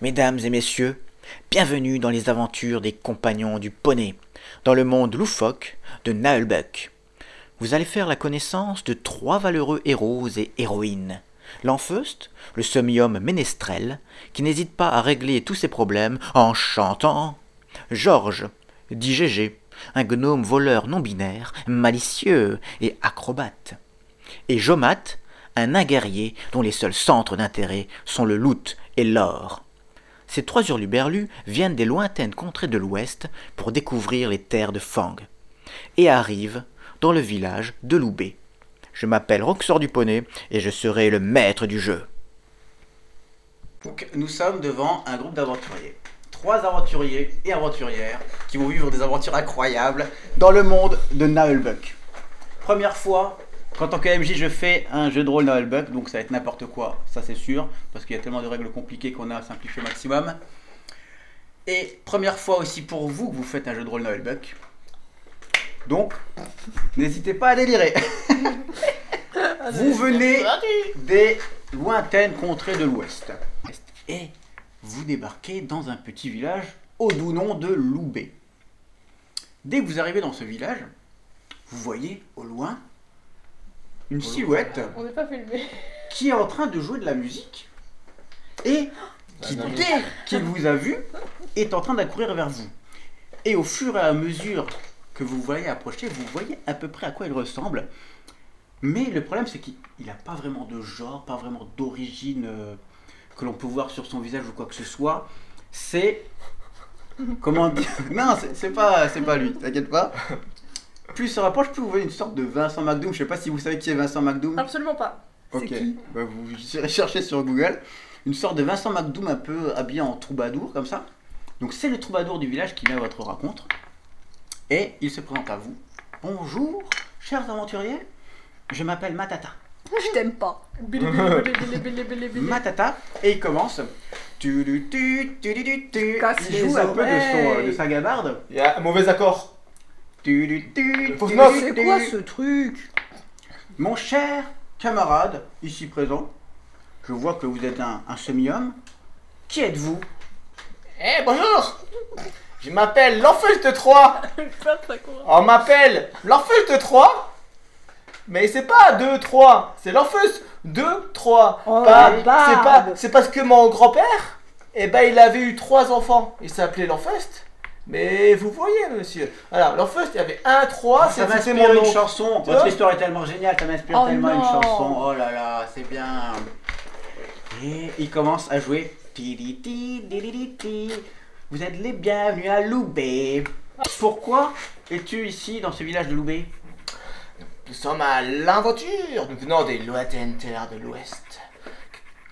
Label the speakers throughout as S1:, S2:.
S1: Mesdames et messieurs, bienvenue dans les aventures des compagnons du poney, dans le monde loufoque de Naelbeck. Vous allez faire la connaissance de trois valeureux héros et héroïnes. L'Enfeust, le semi-homme ménestrel, qui n'hésite pas à régler tous ses problèmes en chantant. Georges, dit Gégé, un gnome voleur non binaire, malicieux et acrobate. Et Jomat, un nain guerrier dont les seuls centres d'intérêt sont le loot et l'or. Ces trois hurluberlus viennent des lointaines contrées de l'ouest pour découvrir les terres de Fang et arrivent dans le village de Loubet. Je m'appelle Roxor du Poney et je serai le maître du jeu. Donc nous sommes devant un groupe d'aventuriers. Trois aventuriers et aventurières qui vont vivre des aventures incroyables dans le monde de Naulbuck. Première fois qu'en tant que MJ je fais un jeu de rôle Naulbuck, donc ça va être n'importe quoi, ça c'est sûr, parce qu'il y a tellement de règles compliquées qu'on a simplifié au maximum. Et première fois aussi pour vous que vous faites un jeu de rôle Naulbuck. Donc, n'hésitez pas à délirer. vous venez des lointaines contrées de l'Ouest. Et vous débarquez dans un petit village au doux nom de Loubet. Dès que vous arrivez dans ce village, vous voyez au loin une silhouette
S2: On n'est pas filmé.
S1: qui est en train de jouer de la musique et qui, dès qu'il vous a vu, est en train d'accourir vers vous. Et au fur et à mesure que vous voyez approcher, vous voyez à peu près à quoi il ressemble. Mais le problème, c'est qu'il n'a pas vraiment de genre, pas vraiment d'origine euh, que l'on peut voir sur son visage ou quoi que ce soit. C'est. Comment dire Non, c'est- c'est pas, c'est pas lui, t'inquiète pas. Plus il se rapproche, plus vous voyez une sorte de Vincent McDoom. Je sais pas si vous savez qui est Vincent McDoom.
S2: Absolument pas.
S1: Ok, bah, vous irez chercher sur Google. Une sorte de Vincent McDoom un peu habillé en troubadour, comme ça. Donc c'est le troubadour du village qui vient à votre rencontre. Et il se présente à vous. Bonjour, chers aventuriers. Je m'appelle Matata.
S3: Je t'aime pas.
S2: Bili, bili, bili, bili, bili, bili.
S1: Matata. Et il commence. Tu, tu, tu, tu, tu, tu, tu.
S3: Casse
S1: Il
S3: les
S1: joue un peu de, son, euh,
S3: oreilles.
S1: de sa gabarde.
S4: Il y a un mauvais accord.
S1: Tu, tu, tu,
S4: Fausse
S1: tu,
S4: note.
S1: tu,
S3: C'est
S1: tu.
S3: quoi ce truc
S1: Mon cher camarade, ici présent, je vois que vous êtes un, un semi-homme. Qui êtes-vous
S4: Eh bonjour Je m'appelle l'Enfeuse de Troyes
S2: Plein de Sakura.
S4: On m'appelle l'Enfeuse de Troyes Mais c'est pas 2 3 c'est l'Enfeuse de Troyes
S3: Oh,
S4: Pas-
S3: la
S4: c'est
S3: barbe.
S4: pas c'est parce que mon grand-père eh ben il avait eu trois enfants, il s'appelait l'Enfeust. Mais vous voyez monsieur. Alors l'Enfeust, il y avait un 3,
S1: Ça
S4: c'était
S1: m'inspire
S4: mon
S1: une
S4: oncle.
S1: chanson.
S4: Tu
S1: Votre
S4: vois
S1: histoire est tellement géniale, ça m'inspire
S3: Oh
S1: tellement une
S3: non.
S1: chanson. Oh là là, c'est bien. Et il commence à jouer. Ti-di-ti, di-di-di-ti. Vous êtes les bienvenus à Loubet. Pourquoi es-tu ici dans ce village de Loubet
S4: Nous sommes à l'aventure, nous venons des lointaines terres de l'Ouest.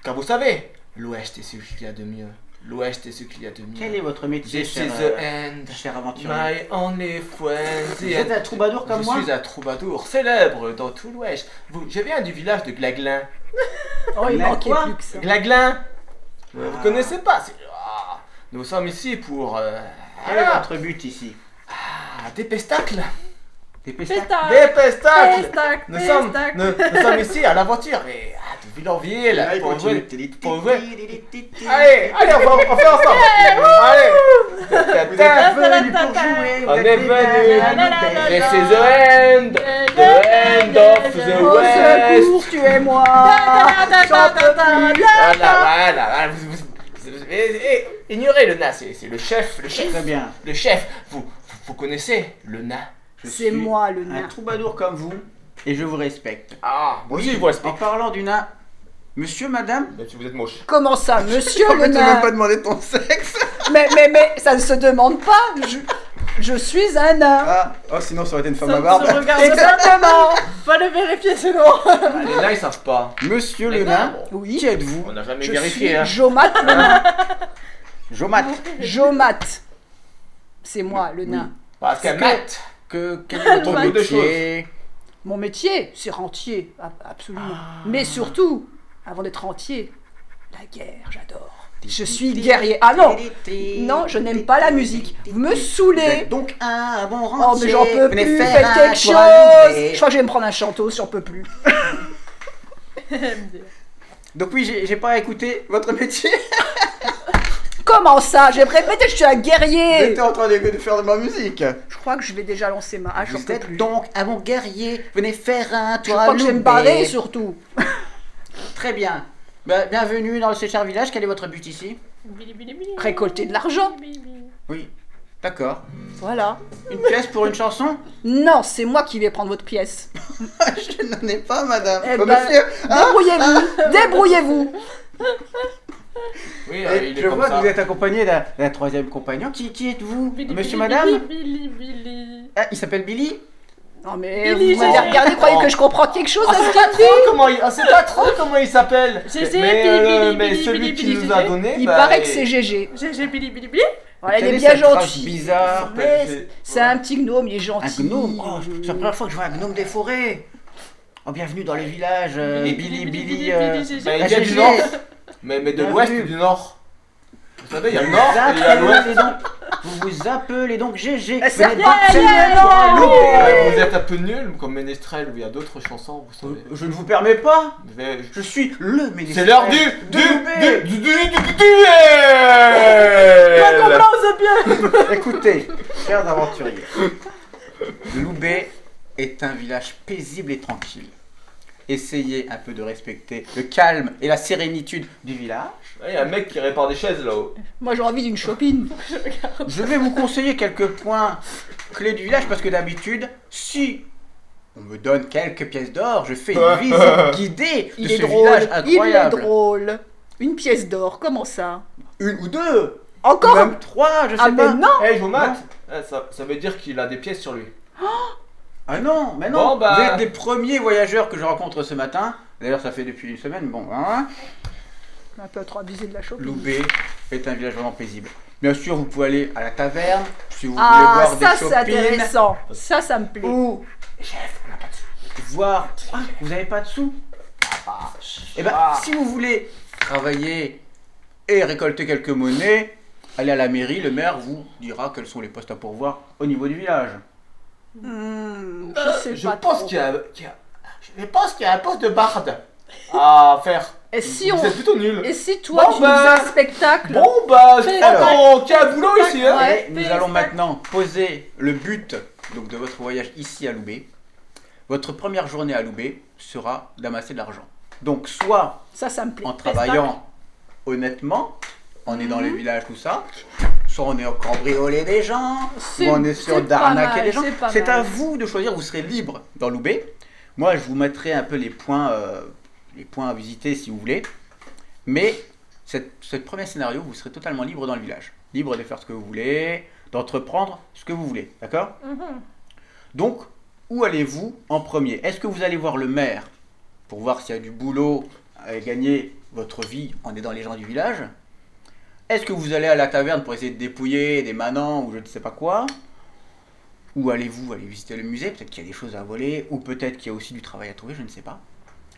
S4: Car vous savez, l'Ouest est ce qu'il y a de mieux. L'Ouest est ce qu'il y a de mieux.
S1: Quel est votre métier,
S4: This
S1: cher,
S4: is the
S1: euh,
S4: end.
S1: cher aventurier
S4: My only friend.
S1: Vous êtes un troubadour comme
S4: Je
S1: moi
S4: suis un troubadour célèbre dans tout l'Ouest. Vous, je viens du village de Glaglin.
S3: Oh, il
S1: Mais
S3: manquait
S1: quoi
S3: plus que ça.
S4: Glaglin Vous
S1: Ah.
S4: connaissez pas c'est- Ah, Nous sommes ici pour. euh,
S1: Quel est
S4: ah,
S1: votre but ici
S4: ah, des pestacles
S1: Des pestacles
S2: Pestac,
S4: Des pestacles
S2: pestac,
S4: nous sommes,
S2: pestac.
S4: nous, nous sommes ici à l'aventure et à de Villanville
S1: Là, il
S4: pour
S1: continue.
S4: jouer- pour jouer.
S1: Ti-di-ti-ti-ti.
S4: Allez, allez, on, va, on fait ensemble Allez
S1: Vous êtes venus
S2: Ta-ta-ta-ta.
S1: pour jouer vous
S4: On
S1: êtes
S4: est
S1: les
S4: venus.
S1: bienvenus à Loubet.
S4: This is the end The end of the
S3: Au
S4: West
S3: secours, tuez-moi Ah, J'en peux plus.
S4: Voilà, voilà, voilà, vous- vous- vous- vous- eh, eh, ignorez le nain, c'est c'est le chef, le chef,
S1: Très bien.
S4: le chef. Vous, vous, vous connaissez le nain
S1: Je
S3: C'est
S1: suis
S3: moi le
S1: Un
S3: nain.
S1: troubadour comme vous, et je vous respecte.
S4: Ah, bon,
S1: Oui,
S4: vous
S1: En parlant du nain, monsieur,
S3: Ah.
S1: madame
S4: Même si vous êtes moche.
S3: Comment ça, monsieur le nain
S1: demandé ton sexe
S3: Mais, mais, mais, ça ne se demande pas. Je, je suis un nain.
S1: Ah, oh, sinon ça aurait été une
S2: Ça ne se regarde pas.
S3: Exactement.
S2: Faut le vérifier sinon.
S4: Ah, les nains, ils savent pas.
S1: Monsieur le
S4: Les
S1: nain,
S4: nains,
S3: Oui.
S1: qui êtes-vous
S4: On n'a jamais
S3: Je
S4: vérifié, hein.
S3: suis Jomat. le nain.
S1: Jomat.
S3: Jomat. C'est moi le nain.
S4: Parce que
S1: Parce que-
S4: Matt,
S1: Que, quel est votre
S4: Beaucoup de
S1: métier
S3: Mon métier, c'est rentier, ab- absolument. Mais surtout, avant d'être rentier, la guerre, j'adore. Je suis guerrier. Ah non Non, je n'aime pas la musique. Vous me
S1: Vous
S3: saoulez
S1: êtes donc un bon
S3: Oh,
S1: rentier
S3: mais j'en peux
S1: Venez
S3: plus,
S1: faire
S3: faites
S1: un
S3: quelque
S1: tour à
S3: chose
S1: Loubet.
S3: Je crois que je vais me prendre un chanteau, j'en peux plus.
S1: Donc oui, j'ai j'ai pas écouté votre métier
S3: Comment ça J'ai répété, je suis un guerrier
S4: J'étais en train de, de faire de ma musique.
S3: Je crois que je vais déjà lancer ma hache, j'en
S4: Vous
S3: peux
S4: êtes
S3: plus.
S4: donc à mon guerrier. Venez faire un
S3: Je
S4: tour à
S3: crois que je vais me barrer
S4: Loubet.
S3: surtout.
S4: Très bien. Bah, bienvenue dans le Séchard Village. Quel est votre but ici
S2: Bili, bili, bili.
S3: Récolter de l'argent.
S2: Bili, bili.
S4: Oui. D'accord.
S3: Voilà.
S4: Une pièce pour une chanson
S3: Non, c'est moi qui vais prendre votre pièce.
S4: Je n'en ai pas, madame.
S1: Oh,
S3: Eh ben, Débrouillez-vous Débrouillez-vous
S4: Oui,
S1: Et je vois que vous êtes accompagné d'un d'un troisième compagnon.
S4: Qui, qui êtes-vous
S2: Bili,
S4: Monsieur,
S2: bili,
S4: madame
S2: bili, bili, bili.
S4: Ah, Il s'appelle Billy
S3: Non mais
S2: Billy,
S3: vous m'avez
S2: j'ai-
S3: regardé, croyez que je comprends quelque chose
S4: Ah,
S3: hein. à ce qu'il dit
S4: comment il... ah, c'est pas trop comment il s'appelle euh,
S2: J'ai essayé, Billy, Billy, Billy, Billy, Billy, j'ai-
S4: donné...
S3: Il
S4: bah,
S3: paraît
S4: et-
S3: que c'est GG.
S2: J'ai j'ai bili bili bili.
S3: Voilà, il
S1: Quelle
S3: est
S1: est
S3: bien
S1: cette race
S3: gentil.
S1: bizarre
S3: Mais
S4: c'est-
S3: C'est un petit gnome, il est
S1: Un
S3: gentil.
S1: gnome Oh, c'est la première fois que je vois un gnome des forêts. Oh, bienvenue dans le village. euh,
S4: Et
S1: Billy,
S2: Bili, bili,
S1: Billy.
S2: bili,
S1: euh,
S2: bili, j'ai-
S4: bah,
S2: j'ai-
S1: la
S4: il vient du
S1: GG.
S4: nord Mais, mais de
S1: Bienvenue.
S4: l'ouest et du nord Vous savez, il y a le nord et il y a
S1: Vous
S4: l'ouest
S1: appelez donc, vous vous appelez donc GG.
S4: Eh,
S3: Ah,
S1: Vous n'êtes
S3: sérieux,
S1: pas très
S3: yeah,
S1: loin pour un
S3: yeah.
S1: loupé.
S4: Ouais, Vous êtes un peu nul comme Ménestrel où il y a d'autres chansons, vous savez.
S1: Je ne vous permets pas.
S4: Mais-
S1: Je suis le ministre.
S4: C'est l'heure du
S1: de
S4: du
S1: Loubet.
S4: du du du du duel.
S1: Écoutez, chers aventuriers, Loubet est un village paisible et tranquille. Essayez un peu de respecter le calme et la sérénitude du village.
S4: Ah, Il y a un mec qui répare des chaises là-haut.
S3: Moi j'ai envie d'une chopine.
S1: Je vais vous conseiller quelques points clés du village parce que d'habitude, si on me donne quelques pièces d'or, je fais une visite guidée de
S3: Il
S1: ce
S3: est drôle.
S1: village
S3: Il est
S1: incroyable.
S3: drôle. Une pièce d'or, comment ça
S1: Une ou deux,
S3: Encore
S1: même trois, Bah, je sais
S3: Ah
S1: pas.
S3: mais non
S4: Eh, je vous mate. Eh, ça, ça veut dire qu'il a des pièces sur lui.
S1: Ah non, mais non
S4: Bon, bah.
S1: Vous êtes des premiers voyageurs que je rencontre ce matin. D'ailleurs, ça fait depuis une semaine. Bon, hein.
S3: Un peu trop abusé de la chopine.
S1: Loubet est un village vraiment paisible. Bien sûr, vous pouvez aller à la taverne si vous
S3: Ah
S1: voulez
S3: ça
S1: boire
S3: c'est
S1: des chopines.
S3: intéressant. Ça ça me plaît.
S1: Ou voir. Ah, vous n'avez pas de sous Eh ben, si vous voulez travailler et récolter quelques monnaies, allez à la mairie, le maire vous dira quels sont les postes à pourvoir au niveau du village.
S3: Hmm,
S4: Euh,
S3: je sais
S4: je
S3: pas
S4: pense
S3: trop.
S4: qu'il y a, qu'il y a- je pense qu'il y a un poste de barde à faire.
S3: Et si on
S4: Vous êtes plutôt nul.
S3: Et si toi
S4: Bon,
S3: tu
S4: ben.
S3: nous fais un spectacle
S4: Bon bah, je crois
S1: Alors.
S4: qu'on- qu'il y a un boulot ici. Hein.
S3: Ouais,
S1: Et nous
S2: fais
S1: allons
S2: ça.
S1: maintenant poser le but donc, de votre voyage ici à Loubet. Votre première journée à Loubet sera d'amasser de l'argent. Donc soit
S3: Ça ça me plaît.
S1: en travaillant honnêtement, on est
S3: Mhm.
S1: dans les villages, tout ça, soit on est en cambrioler des gens,
S3: C'est-
S1: ou on est sur
S3: c'est pas
S1: d'arnaquer
S3: mal,
S1: des gens.
S3: c'est pas
S1: C'est à
S3: mal.
S1: vous de choisir, vous serez libre dans Loubet. Moi, je vous mettrai un peu les points, euh, les points à visiter si vous voulez. Mais cette, ce premier scénario, vous serez totalement libre dans le village. Libre de faire ce que vous voulez, d'entreprendre ce que vous voulez. D'accord
S2: Mhm.
S1: Donc, où allez-vous en premier Est-ce que vous allez voir le maire pour voir s'il y a du boulot et gagner votre vie en aidant les gens du village Est-ce que vous allez à la taverne pour essayer de dépouiller des manants ou je ne sais pas quoi Ou allez-vous aller visiter le musée Peut-être qu'il y a des choses à voler ou peut-être qu'il y a aussi du travail à trouver, je ne sais pas.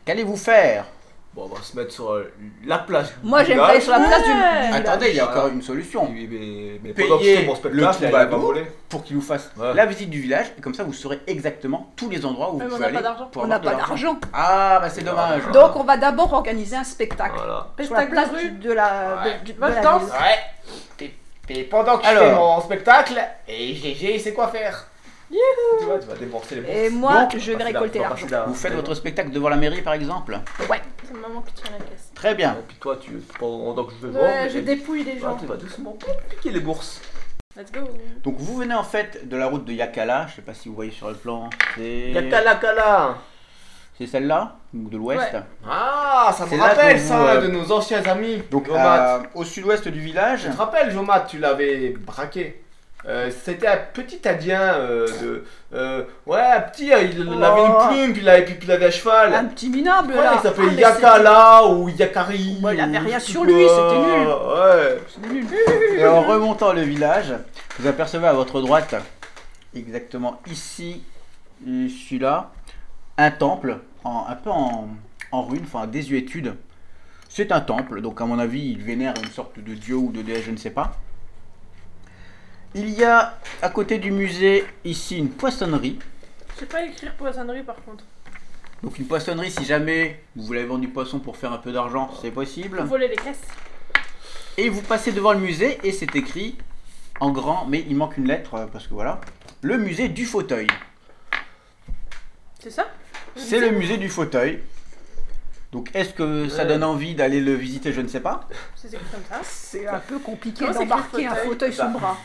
S1: Qu'allez-vous faire
S4: Bon, on va se mettre sur euh, la plage.
S3: Moi j'aime aller sur la place du, du village.
S1: Attendez, il y a
S4: Voilà.
S1: encore une solution
S4: Oui, mais, mais
S1: Payez
S4: pendant que je fais mon spectacle,
S1: le
S4: elle va
S1: troubadour.
S4: voler.
S1: pour qu'il vous fasse
S4: Ouais.
S1: la visite du village et comme ça vous saurez exactement tous les endroits où
S2: Mais
S1: vous
S2: on
S1: pouvez
S2: n'a pas
S1: aller
S2: d'argent.
S1: pour
S3: On
S1: avoir
S3: n'a
S1: de
S3: pas
S1: l'argent.
S3: d'argent.
S1: Ah bah c'est dommage.
S3: Donc on va d'abord organiser un spectacle.
S4: Voilà.
S3: Sur la
S2: Pestacle
S3: place
S2: de
S3: du-
S2: rue.
S3: de la.
S4: Ouais.
S3: de- du- de
S2: Va
S3: la
S2: danse.
S3: ville.
S4: Ouais. Et- Et pendant que je
S1: Alors.
S4: fais mon spectacle, eh, et GG, il sait quoi faire. Tu vois, tu vas débourser les bourses.
S3: Et moi,
S4: Donc,
S3: je vais
S4: passer là,
S3: récolter
S4: tu vas
S3: l'argent.
S4: passer là.
S1: Vous faites votre spectacle devant la mairie par exemple
S2: C'est maman qui tient la caisse.
S1: Très bien.
S4: Et puis toi, tu pendant que je vais voir.
S2: Ouais,
S4: mais-
S2: je dépouille les
S4: Ah,
S2: gens.
S4: tu vas doucement piquer les bourses.
S2: Let's go.
S1: Donc vous venez en fait de la route de Yakala, je sais pas si vous voyez sur le plan, c'est
S4: Yakala Kala.
S1: c'est celle-là, donc de l'ouest.
S4: Ah, ça
S1: C'est
S4: me
S1: là
S4: rappelle
S1: que vous,
S4: ça
S1: euh,
S4: de nos anciens amis.
S1: Donc
S4: Jomat.
S1: euh, au sud-ouest du village.
S4: Je te rappelle, Jomat, tu l'avais braqué. Euh, C'était un petit indien euh, de. euh, ouais, un petit, euh, il
S3: Oh.
S4: avait une plume, puis il avait, puis il avait un cheval.
S3: Un petit minable
S4: Pourquoi
S3: là.
S4: il s'appelait
S3: Ah, mais
S4: Yakala ou Yakari
S3: Ouais, il avait
S4: ou
S3: rien
S4: je sais
S3: sur
S4: plus
S3: lui,
S4: quoi.
S3: c'était nul.
S4: Ouais.
S3: c'était- c'était nul.
S1: Et en remontant le village, vous apercevez à votre droite, exactement ici, ici là, un temple, en- un peu en, en ruine, enfin en désuétude. C'est un temple, donc à mon avis, il vénère une sorte de dieu ou de déesse, je ne sais pas. Il y a à côté du musée ici une poissonnerie.
S2: Je sais pas écrire poissonnerie par contre.
S1: Donc une poissonnerie, si jamais vous voulez vendre du poisson pour faire un peu d'argent, c'est possible.
S2: Voler les caisses.
S1: Et vous passez devant le musée et c'est écrit en grand, mais il manque une lettre euh, parce que voilà. Le musée du fauteuil.
S2: C'est ça
S1: C'est le musée du fauteuil. Donc est-ce que ça
S4: Ouais.
S1: donne envie d'aller le visiter Je ne sais pas.
S2: C'est écrit comme ça.
S3: C'est un peu compliqué
S2: Comment s'écrit
S3: d'embarquer un
S2: fauteuil
S3: fauteuil sous
S4: Bah.
S3: le bras.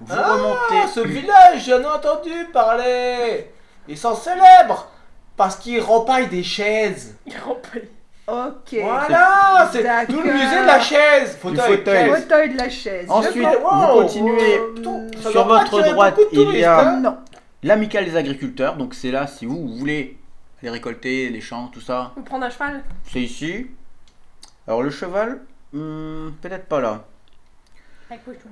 S1: Vous
S4: Ah,
S1: remontez.
S4: ce village, j'en ai entendu parler. Ils sont célèbres parce qu'ils repaillent des chaises.
S2: Il repaye.
S3: Ok.
S4: Voilà, c'est
S3: D'accord.
S4: tout le musée de la chaise. Fauteuil,
S1: fauteuil.
S4: chaise.
S3: Fauteuil de la chaise.
S1: Ensuite,
S4: Je crois-
S1: vous
S4: wow,
S1: continuez
S4: euh, putain, ça
S1: sur
S4: doit pas
S1: votre
S4: attirer
S1: droite,
S4: beaucoup de
S1: il y
S4: touristes,
S1: a-
S4: hein.
S3: Non.
S1: l'amicale des agriculteurs. Donc c'est là si vous, vous voulez aller récolter les champs, tout ça.
S2: Ou prendre un cheval.
S1: C'est ici. Alors le cheval, hmm, peut-être pas là.
S2: Avec Wichou.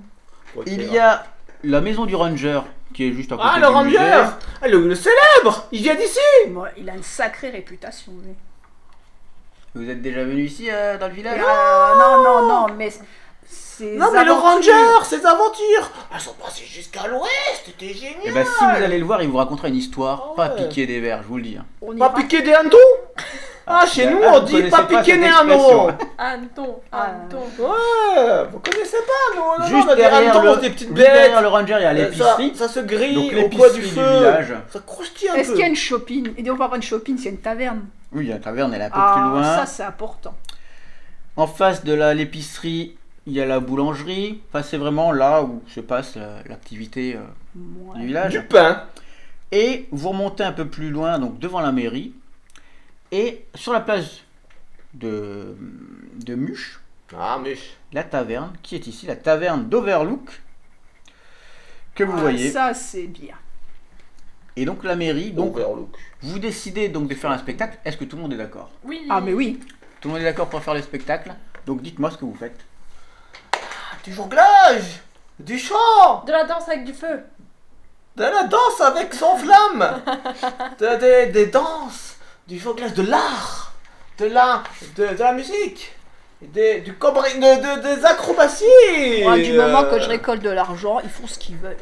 S1: Il y a la maison du ranger qui est juste à côté
S4: Ah,
S1: du
S4: le ranger
S1: musée.
S4: Ah, le, le célèbre Il vient d'ici
S3: Moi, il a une sacrée réputation. lui.
S1: Vous êtes déjà venu ici euh, dans le village
S3: Euh, non, non, non, mais c'est.
S4: Non, mais le ranger, ses aventures Elles sont passées jusqu'à l'ouest, c'était
S1: Eh
S4: génial
S1: ben, si vous allez le voir, il vous racontera une histoire,
S4: Ah
S1: pas
S4: ouais.
S1: piquer des verres, je vous le dis. hein.
S3: On
S4: Pas
S3: ira.
S4: piquer des hannetons Ah, chez
S1: Ah,
S4: nous,
S1: vous
S4: on dit
S1: connaissez
S4: pas
S1: pas
S4: piquer
S1: cette
S4: des hannetons
S1: expression.
S2: Anton,
S3: Ah.
S2: Anton.
S4: Ouais, vous connaissez pas, nous Ah on en
S1: Juste
S4: a des
S1: derrière
S4: hannetons,
S1: le,
S4: des petites
S1: juste
S4: bêtes
S1: derrière le ranger, il y a
S4: Euh, ça,
S1: l'épicerie.
S4: ça se grille
S1: Donc
S4: au coin
S1: l'épicerie
S4: du
S1: du
S4: feu
S1: village.
S4: Ça croustille un
S3: Est-ce
S4: peu
S3: qu'il y a une shopping Et on va avoir une shopping, c'est une taverne.
S1: Oui, la taverne, elle est un peu
S3: Ah,
S1: plus loin.
S3: ça c'est important.
S1: En face de la- l'épicerie, il y a la boulangerie. Enfin, c'est vraiment là où se passe euh, l'activité euh,
S3: Ouais.
S1: du village.
S4: Du pain
S1: Et vous remontez un peu plus loin, donc devant la mairie. Et sur la place de, de Muche,
S4: Ah, mûche
S1: la taverne, qui est ici, la taverne d'Overlook, que vous
S3: Ah,
S1: voyez.
S3: Ça c'est bien.
S1: Et donc la mairie, donc
S4: Overlook.
S1: vous décidez donc de faire un spectacle. Est-ce que tout le monde est d'accord
S2: Oui.
S3: Ah mais oui.
S1: Tout le monde est d'accord pour faire le spectacle Donc dites-moi ce que vous faites.
S4: Ah, Du jonglage Du chant
S2: De la danse avec du feu.
S4: De la danse avec son flamme de, Des des danses Du jonglage, de l'art de la, de, de la musique des, du cobri, de, de- des acrobaties
S3: Moi, du moment
S1: euh,
S3: que je
S4: récolte
S3: récolte de l'argent, ils font ce qu'ils veulent.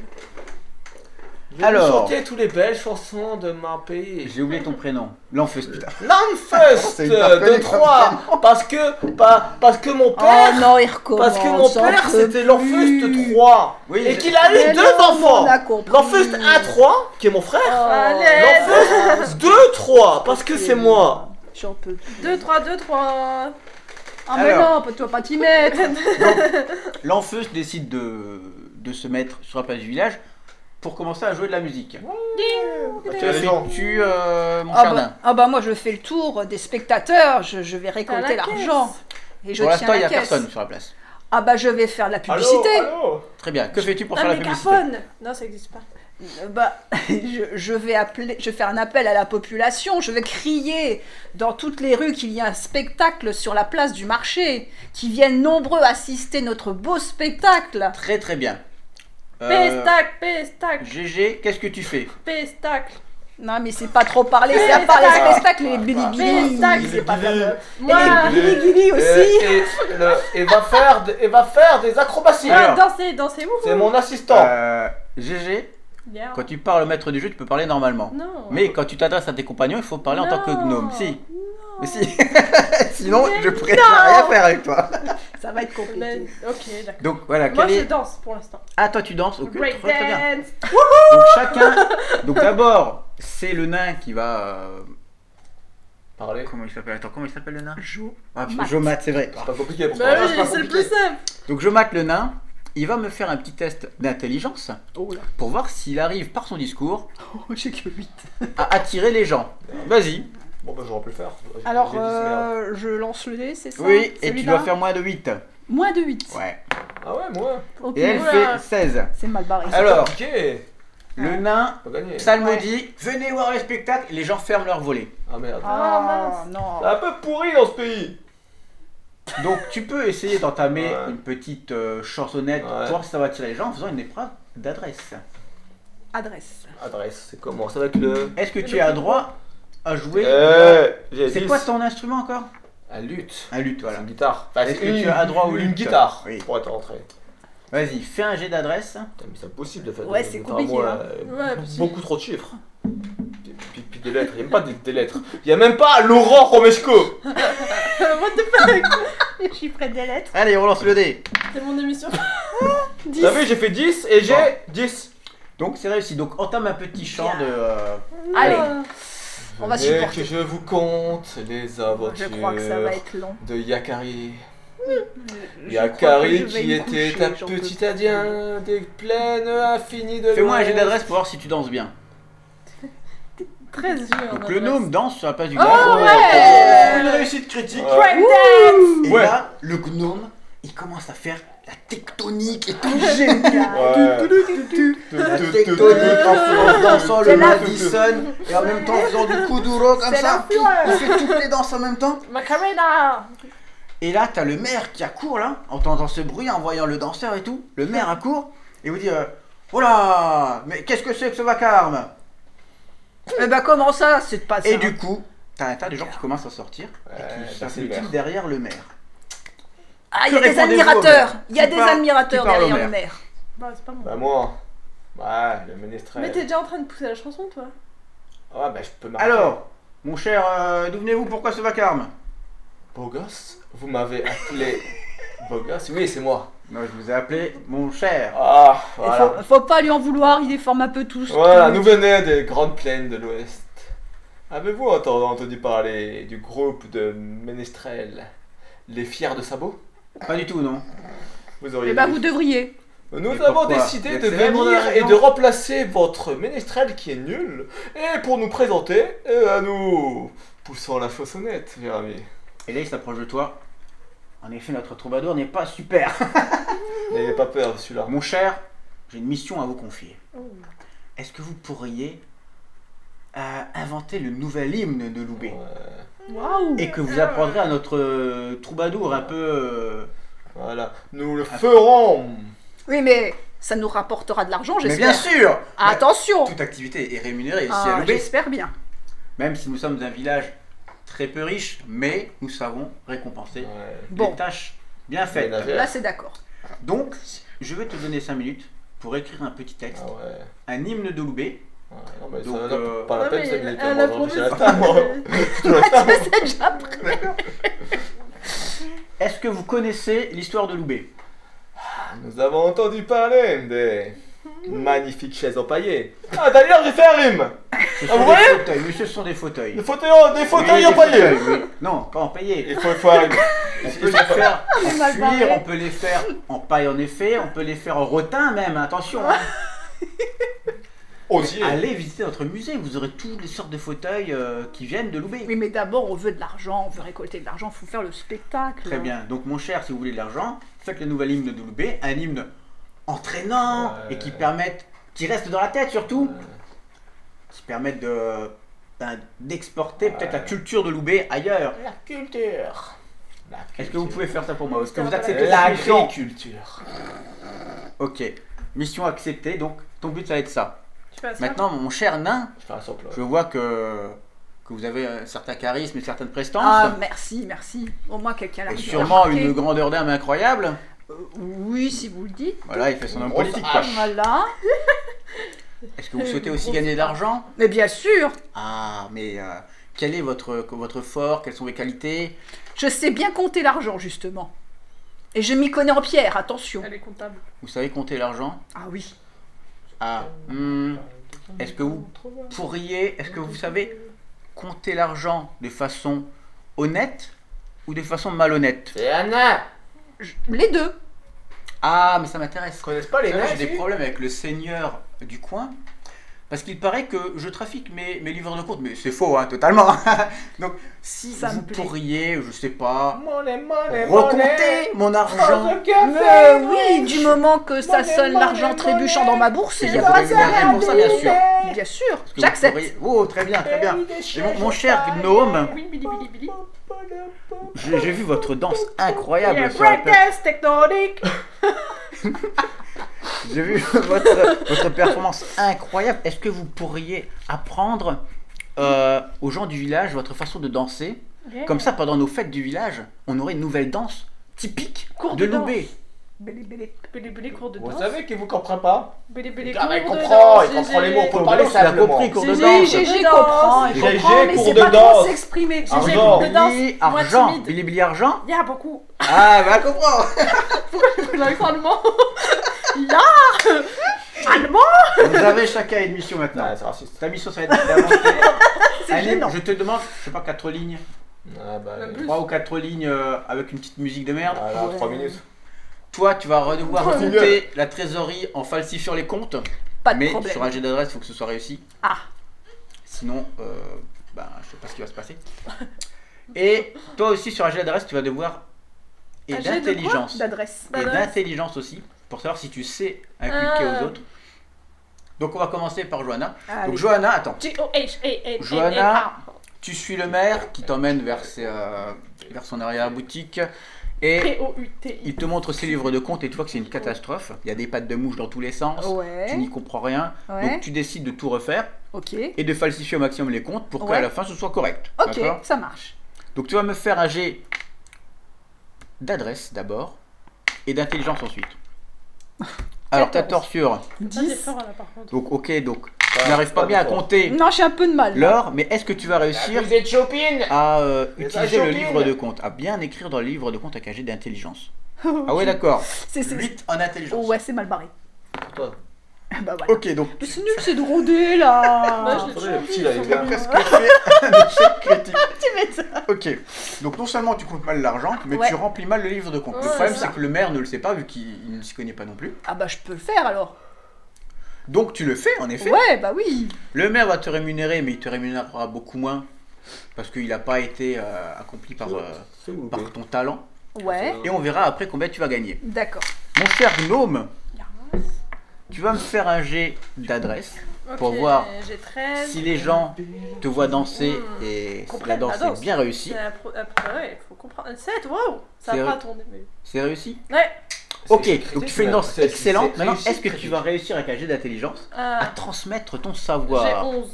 S1: Alors.
S4: Alors, chanter toutes les belles chansons de mon pays.
S1: J'ai oublié ton prénom. L'enfeuse putain.
S4: L'Anfest
S1: C'est hyper
S4: de
S1: connu comme
S4: Troyes parce que pa- parce que mon
S3: oh
S4: père
S3: non, ils recommencent.
S4: parce que mon
S3: on
S4: père
S3: peut
S4: c'était l'Anfest
S3: plus.
S4: de Troyes
S1: Oui,
S4: et
S1: je-
S4: qu'il a
S3: Mais
S4: eu deux
S3: non,
S4: enfants.
S3: on a compris.
S4: L'Anfest à Troyes qui est mon frère,
S3: Eh,
S2: Allez.
S4: l'Anfest de Troyes parce que c'est moi.
S3: J'en peux plus.
S2: 2, 3, 2, 3.
S3: Ah mais
S1: Alors.
S3: non, tu vas pas t'y mettre.
S1: L'enfeuse décide de, de se mettre sur la place du village pour commencer à jouer de la musique. Ah, Tu as
S4: raison.
S1: tu euh, mon
S3: Ah
S1: jardin.
S3: bah, ah bah, moi je fais le tour des spectateurs, je, je vais récolter
S2: la
S3: l'argent. Et je
S1: Pour
S3: tiens
S1: l'instant, il n'y
S3: la
S1: a
S3: caisse.
S1: personne sur la place.
S3: Ah bah je vais faire la publicité.
S1: Très bien. Que fais-tu pour
S2: Un
S1: faire la publicité
S2: mégaphone. Non, ça existe pas.
S3: Euh, Bah, je, je vais appeler, je vais faire un appel à la population, je vais crier dans toutes les rues qu'il y a un spectacle sur la place du marché, qui viennent nombreux assister notre beau spectacle.
S1: Très très bien. Euh,
S2: Pestacle, pestacle,
S1: GG, qu'est-ce que tu fais
S2: pestacle.
S3: Non mais c'est pas trop parler, c'est à part les spectacles, les
S1: Ah,
S3: bilibili,
S2: Spectacle,
S3: c'est pas fameux.
S2: euh, Moi,
S3: Et les bilibili aussi.
S4: Et, et le- et va faire de- et va faire des acrobaties.
S2: moi, danser, danser, wouhou.
S4: C'est mon assistant.
S1: Euh, GG,
S2: Bien.
S1: quand tu parles au maître du jeu, tu peux parler normalement.
S2: Non.
S1: Mais quand tu t'adresses à tes compagnons, il faut parler en tant que
S2: Non.
S1: gnome. Si. Mais si. Sinon,
S2: Sinon, Mais
S1: je
S2: je
S1: préfère rien faire avec toi.
S3: Ça va être compliqué.
S2: Mais- Ok, d'accord.
S1: Donc voilà,
S2: Moi,
S1: quel
S2: je
S1: est.
S2: danse pour l'instant.
S1: Ah, toi tu danses, ok, très, très bien.
S2: Breakdance.
S1: Donc chacun. Donc d'abord, c'est le nain qui va. euh,
S4: Parlez.
S1: Comment il s'appelle Attends, comment il s'appelle le nain
S3: Jo-
S1: Ah,
S3: Mat.
S1: Jomat, c'est vrai.
S4: C'est pas compliqué pour
S2: Bah
S4: toi.
S2: oui,
S4: C'est pas
S2: c'est le
S4: compliqué.
S2: plus simple.
S1: Donc Jomat le nain, il va me faire un petit test d'intelligence
S3: Oh là,
S1: pour voir s'il arrive par son discours
S3: oh, j'ai que 8.
S1: à attirer les gens. Vas-y.
S4: Bon bah j'aurais pu le faire. J'ai-
S3: Alors,
S4: j'ai dit, c'est merde.
S3: euh, je lance le dé, c'est ça
S1: Oui, et tu
S3: celui-là
S1: dois faire moins de 8.
S3: Moins de 8.
S1: Ouais.
S4: Ah ouais, moi.
S3: Ok.
S1: Et elle fait
S2: Oula.
S1: 16.
S3: C'est mal barré.
S1: Ah, Alors.
S4: Ok,
S1: Le nain
S4: pas gagné.
S1: psalmodie Venez voir le spectacle, les gens ferment leur volet.
S4: Ah merde.
S3: Ah,
S2: Ah,
S3: non.
S4: C'est un peu pourri dans ce pays.
S1: Donc tu peux essayer d'entamer
S4: Ouais.
S1: une petite euh, chansonnette
S4: Ouais.
S1: pour voir si ça va attirer les gens en faisant une épreuve d'adresse.
S3: Adresse.
S4: Adresse, c'est comment Ça va avec le.
S1: Est-ce que tu as droit à jouer
S4: Eh, j'ai
S1: C'est
S4: dit-
S1: quoi ton instrument encore
S4: La lutte.
S1: Un lutte,
S4: C'est
S1: voilà.
S4: une guitare. Enfin,
S1: Est-ce
S4: c'est
S1: que
S4: une,
S1: tu as droit aux
S4: une
S1: luttes
S4: guitare
S1: Oui.
S4: pour être rentré.
S1: Vas-y, fais un jet d'adresse.
S4: Putain, mais c'est impossible de faire
S3: Ouais,
S4: des-
S3: c'est
S4: des-
S3: compliqué,
S4: moi,
S3: hein.
S4: euh,
S2: Ouais, parce que-
S4: Beaucoup trop de chiffres. Puis, puis- puis des lettres, il n'y a même pas des, des lettres. Il n'y a même pas Laurent Romesco.
S2: What the fuck Je suis près des lettres.
S1: Allez, on lance le dé.
S2: C'est mon émission. 10.
S4: T'as vu, j'ai fait 10 et j'ai 10.
S1: Donc c'est réussi. Donc entame un petit chant de. euh,
S2: Ah,
S3: Allez, On va
S4: Venez
S3: supporter.
S4: que je vous compte les aventures
S3: je crois que ça va être long.
S4: de Yakari.
S3: Je
S4: Yakari
S3: crois que je vais
S4: qui
S3: me
S4: était
S3: coucher,
S4: un
S3: j'en
S4: petit
S3: peux
S4: indien des plaines infinies de
S1: Fais-moi un jet
S4: l'Ouest.
S1: d'adresse pour voir si tu danses bien.
S2: 13 jeux.
S1: Donc le gnome danse sur la place du
S3: Oh,
S1: gars.
S3: ouais
S1: Une réussite critique.
S4: Ouais.
S1: Et
S4: Ouais.
S1: là, le gnome, il commence à faire la tectonique et tout génial. Tu,
S4: Ouais.
S1: tu, tu, tu, tu. La
S4: tu,
S1: tectonique en faisant- dansant
S3: C'est
S1: le
S3: la-
S1: Madison et en même temps en faisant du kuduro comme
S3: C'est
S1: ça. Il fait toutes les danses en même temps.
S2: Macarena
S1: Et là, t'as le maire qui accourt là, en entendant ce bruit, en voyant le danseur et tout. Le maire accourt et vous dit euh, Oh là Mais qu'est-ce que c'est que ce vacarme
S3: Eh ben comment ça C'est pas ça. hein.
S1: Et du coup, t'as un tas de gens qui commencent à sortir
S4: Ouais,
S1: et qui
S4: ça, Euh, c'est
S1: s'agglutinent
S4: vert.
S1: derrière le maire.
S3: Ah, il
S1: Que
S3: y a des
S1: répondez-vous au
S3: admirateurs.
S1: maire
S3: Il y a
S1: Qui
S3: des
S1: parle-
S3: admirateurs
S1: qui parle au
S3: derrière le
S1: maire
S3: maire.
S2: Bah, c'est pas
S4: Bah
S2: moi.
S4: moi, ouais, le ministre.
S2: Mais t'es déjà en train de pousser la chanson, toi.
S4: Ouais, bah je peux marquer.
S1: Alors, mon cher, euh, d'où venez-vous Pourquoi ce vacarme
S4: Beau gosse, vous m'avez appelé beau gosse Oui, c'est moi.
S1: Non, je vous ai appelé mon cher.
S4: Ah,
S3: Il
S4: voilà.
S3: faut, faut pas lui en vouloir, il déforme un peu tous.
S4: Voilà, nous venons des grandes plaines de l'Ouest. Avez-vous entendu, entendu parler du groupe de ménestrels, les fiers de sabots
S1: Pas du tout, non
S4: Vous auriez
S3: Eh ben
S4: dû-
S3: vous devriez.
S4: Nous
S1: Mais
S4: avons
S1: pourquoi
S4: décidé
S1: Vous
S4: de
S1: êtes célèbre dans la
S4: venir et
S1: région
S4: de remplacer votre ménestrel qui est nul, et pour nous présenter, euh, à nous poussant la chaussonnette, Jérémy.
S1: Et là, il s'approche de toi. En effet, notre troubadour n'est pas super.
S4: N'ayez pas peur, celui-là.
S1: Mon cher, j'ai une mission à vous confier.
S2: Oh.
S1: Est-ce que vous pourriez euh, inventer le nouvel hymne de Loubet
S4: Ouais.
S2: Waouh
S1: Et que vous apprendrez à notre euh, troubadour un peu... euh,
S4: Voilà, nous
S1: Ah.
S4: le ferons
S3: Oui, mais ça nous rapportera de l'argent,
S1: Mais bien
S3: j'espère. Ah,
S1: sûr Mais
S3: Attention
S1: Toute activité est rémunérée ici à
S3: Ah,
S1: Loubet.
S3: J'espère bien.
S1: Même si nous sommes un village très peu riche, mais nous savons récompenser
S4: Ouais.
S3: Bon.
S1: les tâches bien faites.
S4: Ménagères.
S3: Là, c'est d'accord.
S1: Donc, je vais te donner 5 minutes pour écrire un petit texte,
S4: Ah ouais.
S1: un hymne de Loubet.
S4: Ouais, non, mais
S1: Donc,
S4: ça n'a
S1: euh,
S4: pas la
S2: Ouais,
S4: peine,
S2: mais
S4: ça minutes.
S2: elle
S4: moi,
S2: a
S4: je
S2: promis
S4: vais
S2: ça.
S4: rester à moi. hein. Je vais rester à moi.
S3: C'est déjà pris.
S1: Est-ce que vous connaissez l'histoire de Loubet
S4: Nous avons entendu parler des magnifiques chaises empaillées. Ah, d'ailleurs, j'ai fait un rime
S1: Ce
S4: Ah,
S1: sont
S4: vous
S1: des
S4: voyez
S1: fauteuils, oui, ce sont des fauteuils.
S4: Des fauteuils, des
S1: Oui,
S4: fauteuils
S1: des
S4: empaillés
S1: fauteuils, oui. Non, pas empaillés.
S4: Il faut, il faut un rime.
S1: On peut les faire en
S2: est mal barré.
S1: cuir, on peut les faire en paille en effet, on peut les faire en rotin même, attention. hein.
S4: Osier.
S1: Allez visiter notre musée, vous aurez toutes les sortes de fauteuils euh, qui viennent de Loubet.
S3: Oui, mais d'abord, on veut de l'argent, on veut récolter de l'argent, faut faire le spectacle.
S1: Très bien. Donc, mon cher, si vous voulez de l'argent, faites le nouvel hymne de Loubet, un hymne entraînant
S4: Ouais.
S1: et qui permette, qui reste dans la tête surtout, qui permette de ben, d'exporter peut-être la
S4: Ouais.
S1: culture de Loubet ailleurs.
S4: La culture. La culture.
S1: Est-ce que vous pouvez faire ça pour moi Est-ce que vous
S2: Culture.
S1: acceptez cette mission
S4: L'agriculture.
S1: Ok. Mission acceptée. Donc, ton but ça va être ça.
S2: Tu fais ça
S1: Maintenant, mon cher nain,
S4: Je fais un sample.
S1: je vois que que vous avez un certain charisme et certaines prestances.
S3: Ah, merci, merci. Au moins, quelqu'un l'a
S1: et sûrement
S3: remarqué.
S1: une grandeur d'âme incroyable.
S3: Euh, oui, si vous le dites.
S1: Voilà, il fait son homme
S4: Grosse
S1: politique. quoi.
S4: hache.
S3: Voilà.
S1: Est-ce que vous souhaitez aussi gagner de l'argent
S3: Mais bien sûr,
S1: Ah, mais euh, quel est votre, votre fort Quelles sont vos qualités
S3: je sais bien compter l'argent, justement. Et je m'y connais en pierre, attention.
S2: Elle est comptable.
S1: Vous savez compter l'argent
S3: Ah oui.
S1: Ah, hmm, est-ce que vous pourriez, est-ce que vous savez compter l'argent de façon honnête ou de façon malhonnête
S4: Et Anna
S3: Je- Les deux.
S1: Ah, mais ça m'intéresse.
S4: Ils connaissent pas les
S1: Là,
S4: nains
S1: j'ai des
S4: ici
S1: problèmes avec le seigneur du coin. Parce qu'il paraît que je trafique mes, mes livres de compte, mais c'est faux, hein, totalement. Donc, si
S3: Ça me
S1: vous
S3: plaît.
S1: pourriez, je sais pas,
S4: Money, money, money.
S1: recompter mon argent
S4: Oh, le café,
S3: Mais oui, du moment que ça
S4: Monnaie,
S3: sonne
S4: monnaie,
S3: l'argent trébuchant dans ma bourse,
S1: Et
S3: c'est
S1: il y a
S3: bien.
S1: pas de rémunération pour ça, bien sûr.
S3: Bien sûr,
S1: Est-ce que vous
S3: j'accepte.
S1: pourriez- Oh, très bien, très bien. Et mon, mon cher gnome,
S2: Oui, Billy, Billy, Billy.
S1: j'ai j'ai vu votre danse incroyable
S2: Yeah,
S1: sur la plate-
S2: breakdance technique
S1: J'ai vu votre, votre performance incroyable. Est-ce que vous pourriez apprendre euh, aux gens du village votre façon de danser Comme ça, pendant nos fêtes du village, on aurait une nouvelle danse typique
S3: Cours
S1: de
S3: de danse.
S1: Loubet.
S3: Bélé, bélé.
S2: Bélé bélé cours de
S4: Vous
S2: danse.
S4: savez qu'il vous comprend pas
S2: Bélé bélé cours
S4: Ah,
S2: de
S4: mais il
S2: danse.
S4: comprend, il comprend les mots, on peut
S1: Cours de
S4: parler
S1: danse, il a
S4: simplement.
S1: compris, cours de
S2: Gégé,
S1: danse.
S2: Gégé,
S3: Gégé comprend, il
S2: Oh,
S4: Gégé,
S3: comprend, mais
S4: cours
S3: c'est
S4: de
S3: pas trop
S4: danse.
S3: s'exprimer.
S2: Gégé,
S4: Argent.
S2: cours de danse.
S1: Billy
S2: Moi,
S1: Argent.
S2: timide.
S1: Billy Billy Argent
S2: Il y a beaucoup.
S1: Ah, bah, comprends
S2: Allemand. Là Allemand
S1: Vous avez chacun une mission maintenant.
S4: Non, Bah, Ah, c'est raciste.
S1: Ta mission, ça va être d'avancer.
S3: C'est
S1: Allez,
S3: gênant.
S1: je te demande, je sais pas, quatre lignes.
S4: Ah, bah,
S2: Même plus.
S1: Trois ou quatre lignes euh, avec une petite musique de merde.
S4: voilà,
S3: Ouais.
S4: 3 minutes.
S1: Toi, tu vas devoir
S4: Oh,
S1: compter la trésorerie en falsifiant les comptes.
S3: Pas de
S1: mais
S3: problème.
S1: sur un jet d'adresse, il faut que ce soit réussi.
S3: Ah.
S1: Sinon, euh, ben, je sais pas ce qui va se passer. Et toi aussi, sur un jet d'adresse, tu vas devoir. Et
S2: Un jet de quoi
S1: d'intelligence.
S3: D'adresse.
S1: Et
S2: D'adresse.
S1: d'intelligence aussi, pour savoir si tu sais inculquer
S2: Ah.
S1: aux autres. Donc, on va commencer par Johanna.
S3: Allez.
S1: Donc, Johanna, attends.
S2: G-O-H-A-N.
S1: Johanna, tu suis le maire qui t'emmène vers, ses, euh, vers son arrière-boutique. Et
S2: P-O-U-T-I.
S1: il te montre ses livres de compte et tu vois que c'est une catastrophe. Il y a des pattes de mouche dans tous les sens. Tu
S3: Ouais,
S1: n'y comprends rien.
S3: ouais,
S1: Donc tu décides de tout refaire
S3: ok.
S1: et de falsifier au maximum les comptes pour qu'à
S3: Ouais.
S1: la fin ce soit correct.
S3: Ok,
S1: D'accord
S3: ça marche.
S1: Donc tu vas me faire un jet d'adresse d'abord et d'intelligence ensuite. Alors 14 sur.
S3: 10.
S1: Donc ok, donc
S4: Ah,
S1: tu n'arrives pas
S4: pas
S1: bien à
S4: d'effort.
S1: compter
S3: Non, j'ai un peu de mal. là.
S1: l'or, mais est-ce que tu vas réussir
S4: Accusé de shopping
S1: à euh,
S4: Mais ça,
S1: utiliser le
S4: Jean-Pierre.
S1: livre de compte, à bien écrire dans le livre de compte avec un jet d'intelligence Ah ouais d'accord.
S3: Oh, C'est, c'est...
S1: 8 en intelligence.
S3: Ouais, c'est mal barré.
S4: Toi.
S3: bah voilà.
S1: Ok donc
S3: Mais C'est nul, c'est de rôder là.
S2: Moi, je l'ai
S4: Ah, Attendez,
S2: toujours
S4: le
S2: vu,
S4: petit,
S2: ils
S4: là, il
S2: sont
S4: vient.
S2: mignons.
S1: presque fait un échec critique.
S3: Tu m'étonnes.
S1: Ok, donc non seulement tu comptes mal l'argent, mais
S3: Ouais.
S1: tu remplis mal le livre de compte.
S2: Ouais,
S1: le problème,
S2: c'est
S1: c'est
S2: ça.
S1: que le maire ne le sait pas, vu qu'il il ne s'y connaît pas non plus.
S3: Ah bah je peux le faire alors.
S1: Donc tu le fais, en effet.
S3: Ouais, bah oui.
S1: Le maire va te rémunérer, mais il te rémunérera beaucoup moins, parce qu'il n'a pas été euh, accompli par, euh,
S4: C'est où
S1: par ton talent.
S3: Ouais,
S1: Et on verra après combien tu vas gagner.
S3: d'accord.
S1: Mon cher Gnome, tu vas me faire un jet d'adresse Pour
S2: Ok,
S1: voir
S2: J'ai 13.
S1: si les gens te voient danser et si la
S2: Comprennent
S1: danse
S2: Mmh. la
S1: est
S2: danse.
S1: bien réussie.
S2: C'est la pro- après, ouais, faut comprendre. 7, waouh Ça
S1: C'est
S2: a
S1: vrai.
S2: pas tourné, mais.
S1: C'est réussi
S2: Ouais
S1: Ok, donc tu fais une danse
S4: C'est- c'est-
S1: excellente.
S4: c'est
S1: Maintenant,
S4: réussi,
S1: est-ce que
S4: très
S1: tu vas réussir avec un jet d'intelligence à
S2: Ah,
S1: transmettre ton
S2: J'ai
S1: savoir
S2: 11.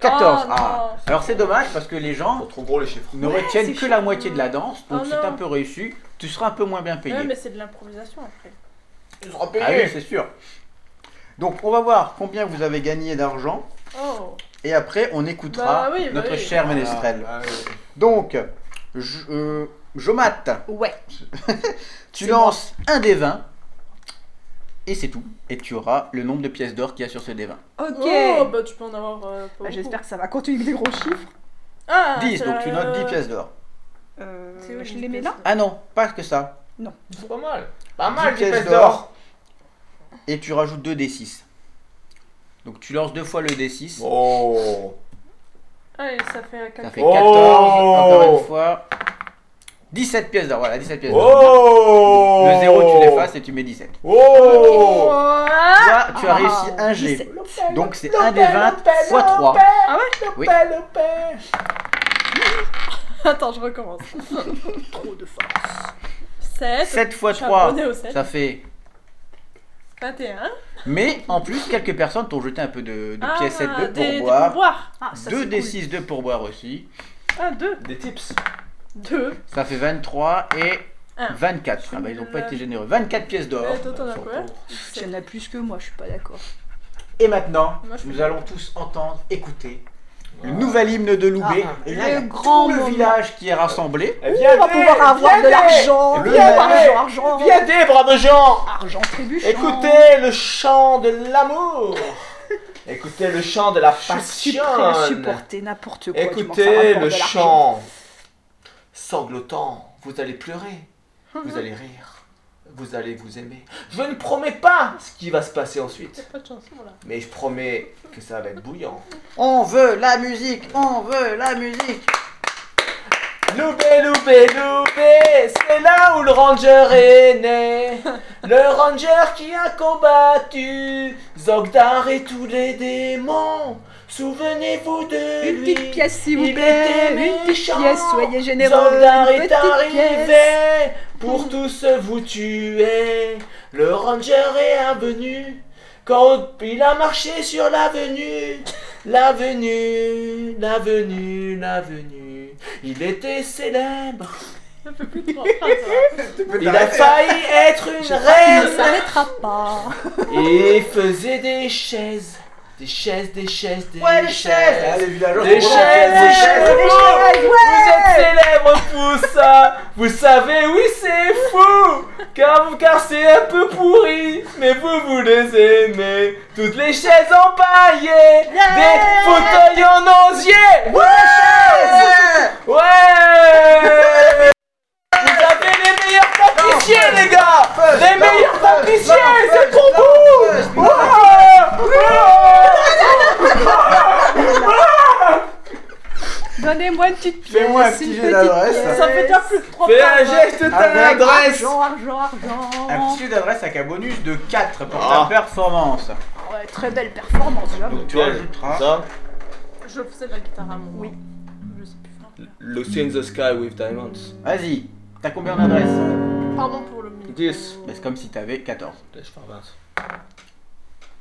S1: 14
S2: Oh,
S1: Ah.
S2: non.
S1: Alors c'est dommage parce que les
S4: On
S1: gens
S4: trouve gros les chiffres.
S1: ne
S2: Ouais,
S1: retiennent
S2: c'est
S1: que
S2: chiant.
S1: la moitié de la danse, donc
S2: Oh,
S1: si
S2: non.
S1: t'as un peu réussi, tu seras un peu moins bien payé.
S2: Ouais, mais c'est de l'improvisation après.
S4: Tu seras
S1: Ah oui, c'est sûr. Donc on va voir combien vous avez gagné d'argent
S2: Oh
S1: et après on écoutera
S2: Bah oui, bah
S1: notre
S2: oui.
S4: Ah,
S1: chère ménestrel. Donc, je, euh, Jomat,
S3: Ouais.
S1: tu
S3: C'est
S1: lances un des 20 et c'est tout. Et tu auras le nombre de pièces d'or qu'il y a sur ce des 20.
S3: Ok.
S2: Oh, bah tu peux en avoir. euh, pas
S3: Bah,
S2: beaucoup.
S3: J'espère que ça va continuer avec des gros chiffres.
S2: Ah,
S1: 10,
S2: c'est
S1: Ah, donc
S2: la-
S1: tu notes 10 pièces d'or.
S3: Euh,
S2: C'est où,
S3: je
S2: dix
S3: les mets
S2: pièces
S3: là.
S1: Ah non, pas que ça.
S4: C'est pas mal. Pas mal,
S1: 10
S4: des
S1: pièces
S4: pièces d'or.
S1: Et tu rajoutes 2 D6. Donc tu lances deux fois le D6.
S4: Oh.
S2: Allez, ça fait un
S1: Ça
S2: calcul.
S1: fait 14,
S4: Oh
S1: encore une fois. 17 pièces d'or, voilà, 17 pièces d'or.
S4: Oh
S1: Le 0, tu l'effaces et tu mets 17.
S4: Oh
S2: Ah
S1: Là, tu as
S3: Ah,
S1: réussi un G.
S3: 17.
S1: Donc c'est 1 des 20 fois 3.
S2: Ah
S1: ouais Oui,
S2: Attends, je recommence.
S3: Trop de force.
S2: 7.
S1: 7 fois
S2: je suis
S1: 3,
S2: abonnée au sept.
S1: ça fait.
S2: 21.
S1: Mais en plus, quelques personnes t'ont jeté un peu de, de pièces
S2: ah,
S1: de
S2: des- des
S1: pourboire.
S2: pourboires.
S3: Ah, ça
S1: 2
S3: c'est cool.
S1: D6 de pourboire aussi.
S2: Ah, 2.
S4: Des tips.
S2: 2.
S1: Ça fait 23 et
S2: Un.
S1: 24. Ah bah ils ont pas été généreux. 24 pièces d'or.
S2: toi, t'en as
S1: Sur
S2: combien
S1: ton-
S3: Il y en a plus que moi, je suis pas d'accord.
S1: Et maintenant,
S2: Moi, je
S1: nous
S2: fais-
S1: allons tous entendre, écouter le nouvel hymne de Loubet.
S4: Ah,
S1: et là, il y a tout
S3: le grand
S1: le
S3: moment.
S1: village qui est rassemblé.
S4: Eh,
S3: On
S4: Viens
S3: va
S4: aider,
S3: pouvoir avoir
S4: viens
S3: de
S4: aider.
S3: l'argent.
S4: Le
S3: Argent,
S4: maire.
S3: argent.
S4: Viens aider, braves gens
S3: Argent trébuchant.
S4: Écoutez le chant de l'amour Écoutez le chant de la
S3: Je suis prêt à
S4: passion
S3: supporter n'importe quoi. tu m'en feras
S4: Écoutez
S3: pour
S4: le
S3: de l'argent.
S4: chant sanglotant. Vous allez pleurer, vous allez rire, vous allez vous aimer. Je ne promets pas ce qui va se passer ensuite,
S2: Pas de chanson là.
S4: mais je promets que ça va être bouillant.
S1: On veut la musique, on veut la musique.
S4: Loupé, loupé, loupé, c'est là où le ranger est né. Le ranger qui a combattu Zogdar et tous les démons. Souvenez-vous de
S3: Une
S4: lui.
S3: petite pièce, s'il vous
S4: Il
S3: plaît.
S4: était
S3: Une petite
S4: méchant.
S3: pièce, soyez généreux.
S4: Zogdar
S3: Une
S4: est
S3: petite pièce.
S4: arrivé pour tous vous tuer. Le ranger est revenu quand il a marché sur l'avenue. L'avenue, l'avenue, l'avenue. Il était célèbre.
S2: Ça fait plus de trois phrases.
S4: Il a failli être une reine
S3: ne s'arrêtera pas.
S4: Et il faisait des chaises. Des chaises, des chaises, des
S1: Ouais, les
S4: chaises.
S1: chaises Ah, Les villageois
S4: Des
S1: sont
S4: chaises,
S1: contents.
S4: des chaises,
S3: des
S4: vous
S3: chaises,
S4: Vous êtes célèbres pour ça Vous savez, oui, c'est fou Car, car c'est un peu pourri Mais vous, vous les aimez Toutes les chaises empaillées Des fauteuils en osier Ouais Ouais Vous avez les meilleurs tapissiers, les gars Les meilleurs tapissiers C'est trop beau Ouais
S3: Donnez-moi une petite pièce.
S1: Fais-moi un petit
S3: une
S1: jet
S3: petite
S1: d'adresse. hein.
S3: pièce.
S2: Ça fait déjà plus de trois hein.
S4: Fais un
S2: phrases.
S4: geste de ta
S1: Avec
S4: adresse
S3: Argent, argent, argent.
S1: Un petit jeu d'adresse avec un bonus de 4 pour
S4: Ah.
S1: ta performance.
S3: Ouais, très belle performance, j'avoue.
S1: Tu ajouteras.
S4: Ça,
S2: Je faisais de la guitare à mon
S3: Oui.
S2: Je sais plus faire.
S4: Lucy in the Sky with Diamonds.
S1: Vas-y, t'as combien d'adresses
S2: Pardon pour le micro.
S4: 10.
S1: C'est comme si t'avais 14.
S4: Je fais 20.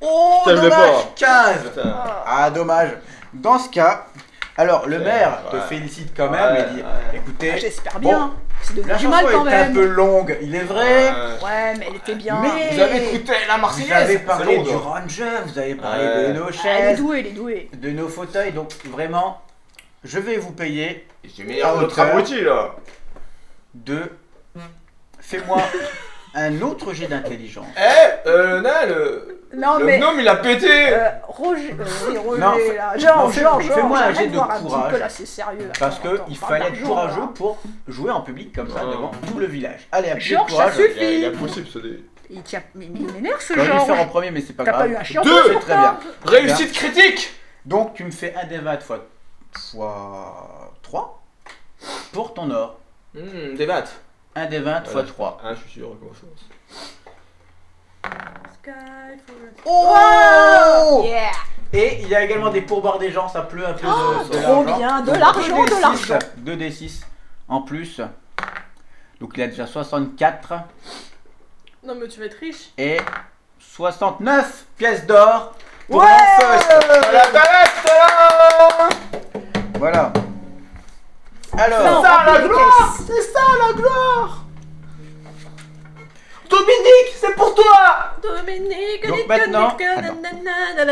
S1: Oh,
S4: Putain, je l'ai
S1: dommage,
S4: pas.
S1: 15
S4: Putain.
S2: Ah.
S1: Ah, dommage. Dans ce cas, alors le
S4: Ouais,
S1: maire te
S4: ouais.
S1: félicite quand même
S4: Ouais,
S1: et dit
S4: ouais.
S1: écoutez,
S3: Ah, J'espère
S1: Bon.
S3: bien. C'est devenu
S1: la
S3: du
S1: chanson
S3: mal
S1: est
S3: quand
S1: un
S3: même.
S1: peu longue, il est vrai.
S4: Ouais.
S3: Ouais, mais elle était bien.
S1: Mais-
S4: Euh, Vous avez écouté la
S1: Vous
S4: Marseillaise
S1: avez
S4: c'est
S1: parlé
S4: long,
S1: du
S4: toi.
S1: ranger, vous avez parlé
S4: Ouais.
S1: de nos
S3: Ah, elle est
S1: chaises,
S3: douée, elle est douée.
S1: de nos fauteuils, donc vraiment, je vais vous payer
S4: J'ai meilleur
S1: Ah,
S4: notre
S1: hauteur.
S4: abruti là.
S1: de. Fais-moi un autre jet d'intelligence.
S4: Eh, euh, là, le.
S3: Non,
S4: le
S3: mais.
S4: gnome il a pété
S3: euh, Roger. euh, oui, Roger,
S1: Euh, Non, fais-
S3: là. Genre,
S1: non, fais-
S3: genre,
S1: fais-moi un
S3: j'arrête
S1: jet
S3: de
S1: de
S3: voir Un petit
S1: courage.
S3: peu, là, c'est sérieux. là.
S1: Parce
S3: Attends,
S1: que
S3: attends,
S1: il
S3: on parle
S1: fallait être
S3: d'argent,
S1: courageux
S3: là.
S1: pour jouer en public comme ça
S4: Non.
S1: devant tout le village. Allez, un petit
S3: Georges,
S1: courage.
S3: ça suffit.
S4: Il est impossible ce dé.
S3: Il tient. Mais il m'énerve ce
S1: Tu vas le
S3: genre.
S1: faire en premier, mais c'est pas
S3: T'as
S1: grave.
S3: pas eu un chien
S4: Deux.
S1: C'est très bien.
S4: Réussite critique
S1: Donc tu me fais un des 20 fois, fois 3 pour ton or.
S4: Hum, des maths.
S1: Un des 20
S4: Voilà.
S1: fois 3.
S4: Ah, je suis sûr, comment ça se
S2: Sky for the-
S1: Oh
S3: Yeah.
S1: Et il y a également des pourboires des gens, ça pleut un peu euh, de, de
S3: Trop
S1: l'argent.
S3: bien, de
S1: Donc,
S3: l'argent, de
S1: 2D6,
S3: l'argent.
S1: 2d6 en plus. Donc il a déjà 64
S2: Non, mais tu vas être riche.
S1: et 69 pièces d'or pour
S4: Ouais
S1: Lanfeust.
S4: La palette là
S1: Voilà. Alors,
S3: Non,
S4: ça,
S3: remplis
S4: la
S3: les
S4: gloire
S3: caisses.
S4: C'est ça la gloire Dominique, c'est pour toi
S2: Dominique,
S1: Donc
S2: Nico,
S1: maintenant-
S2: Nico,
S1: Ah non.
S2: nanana,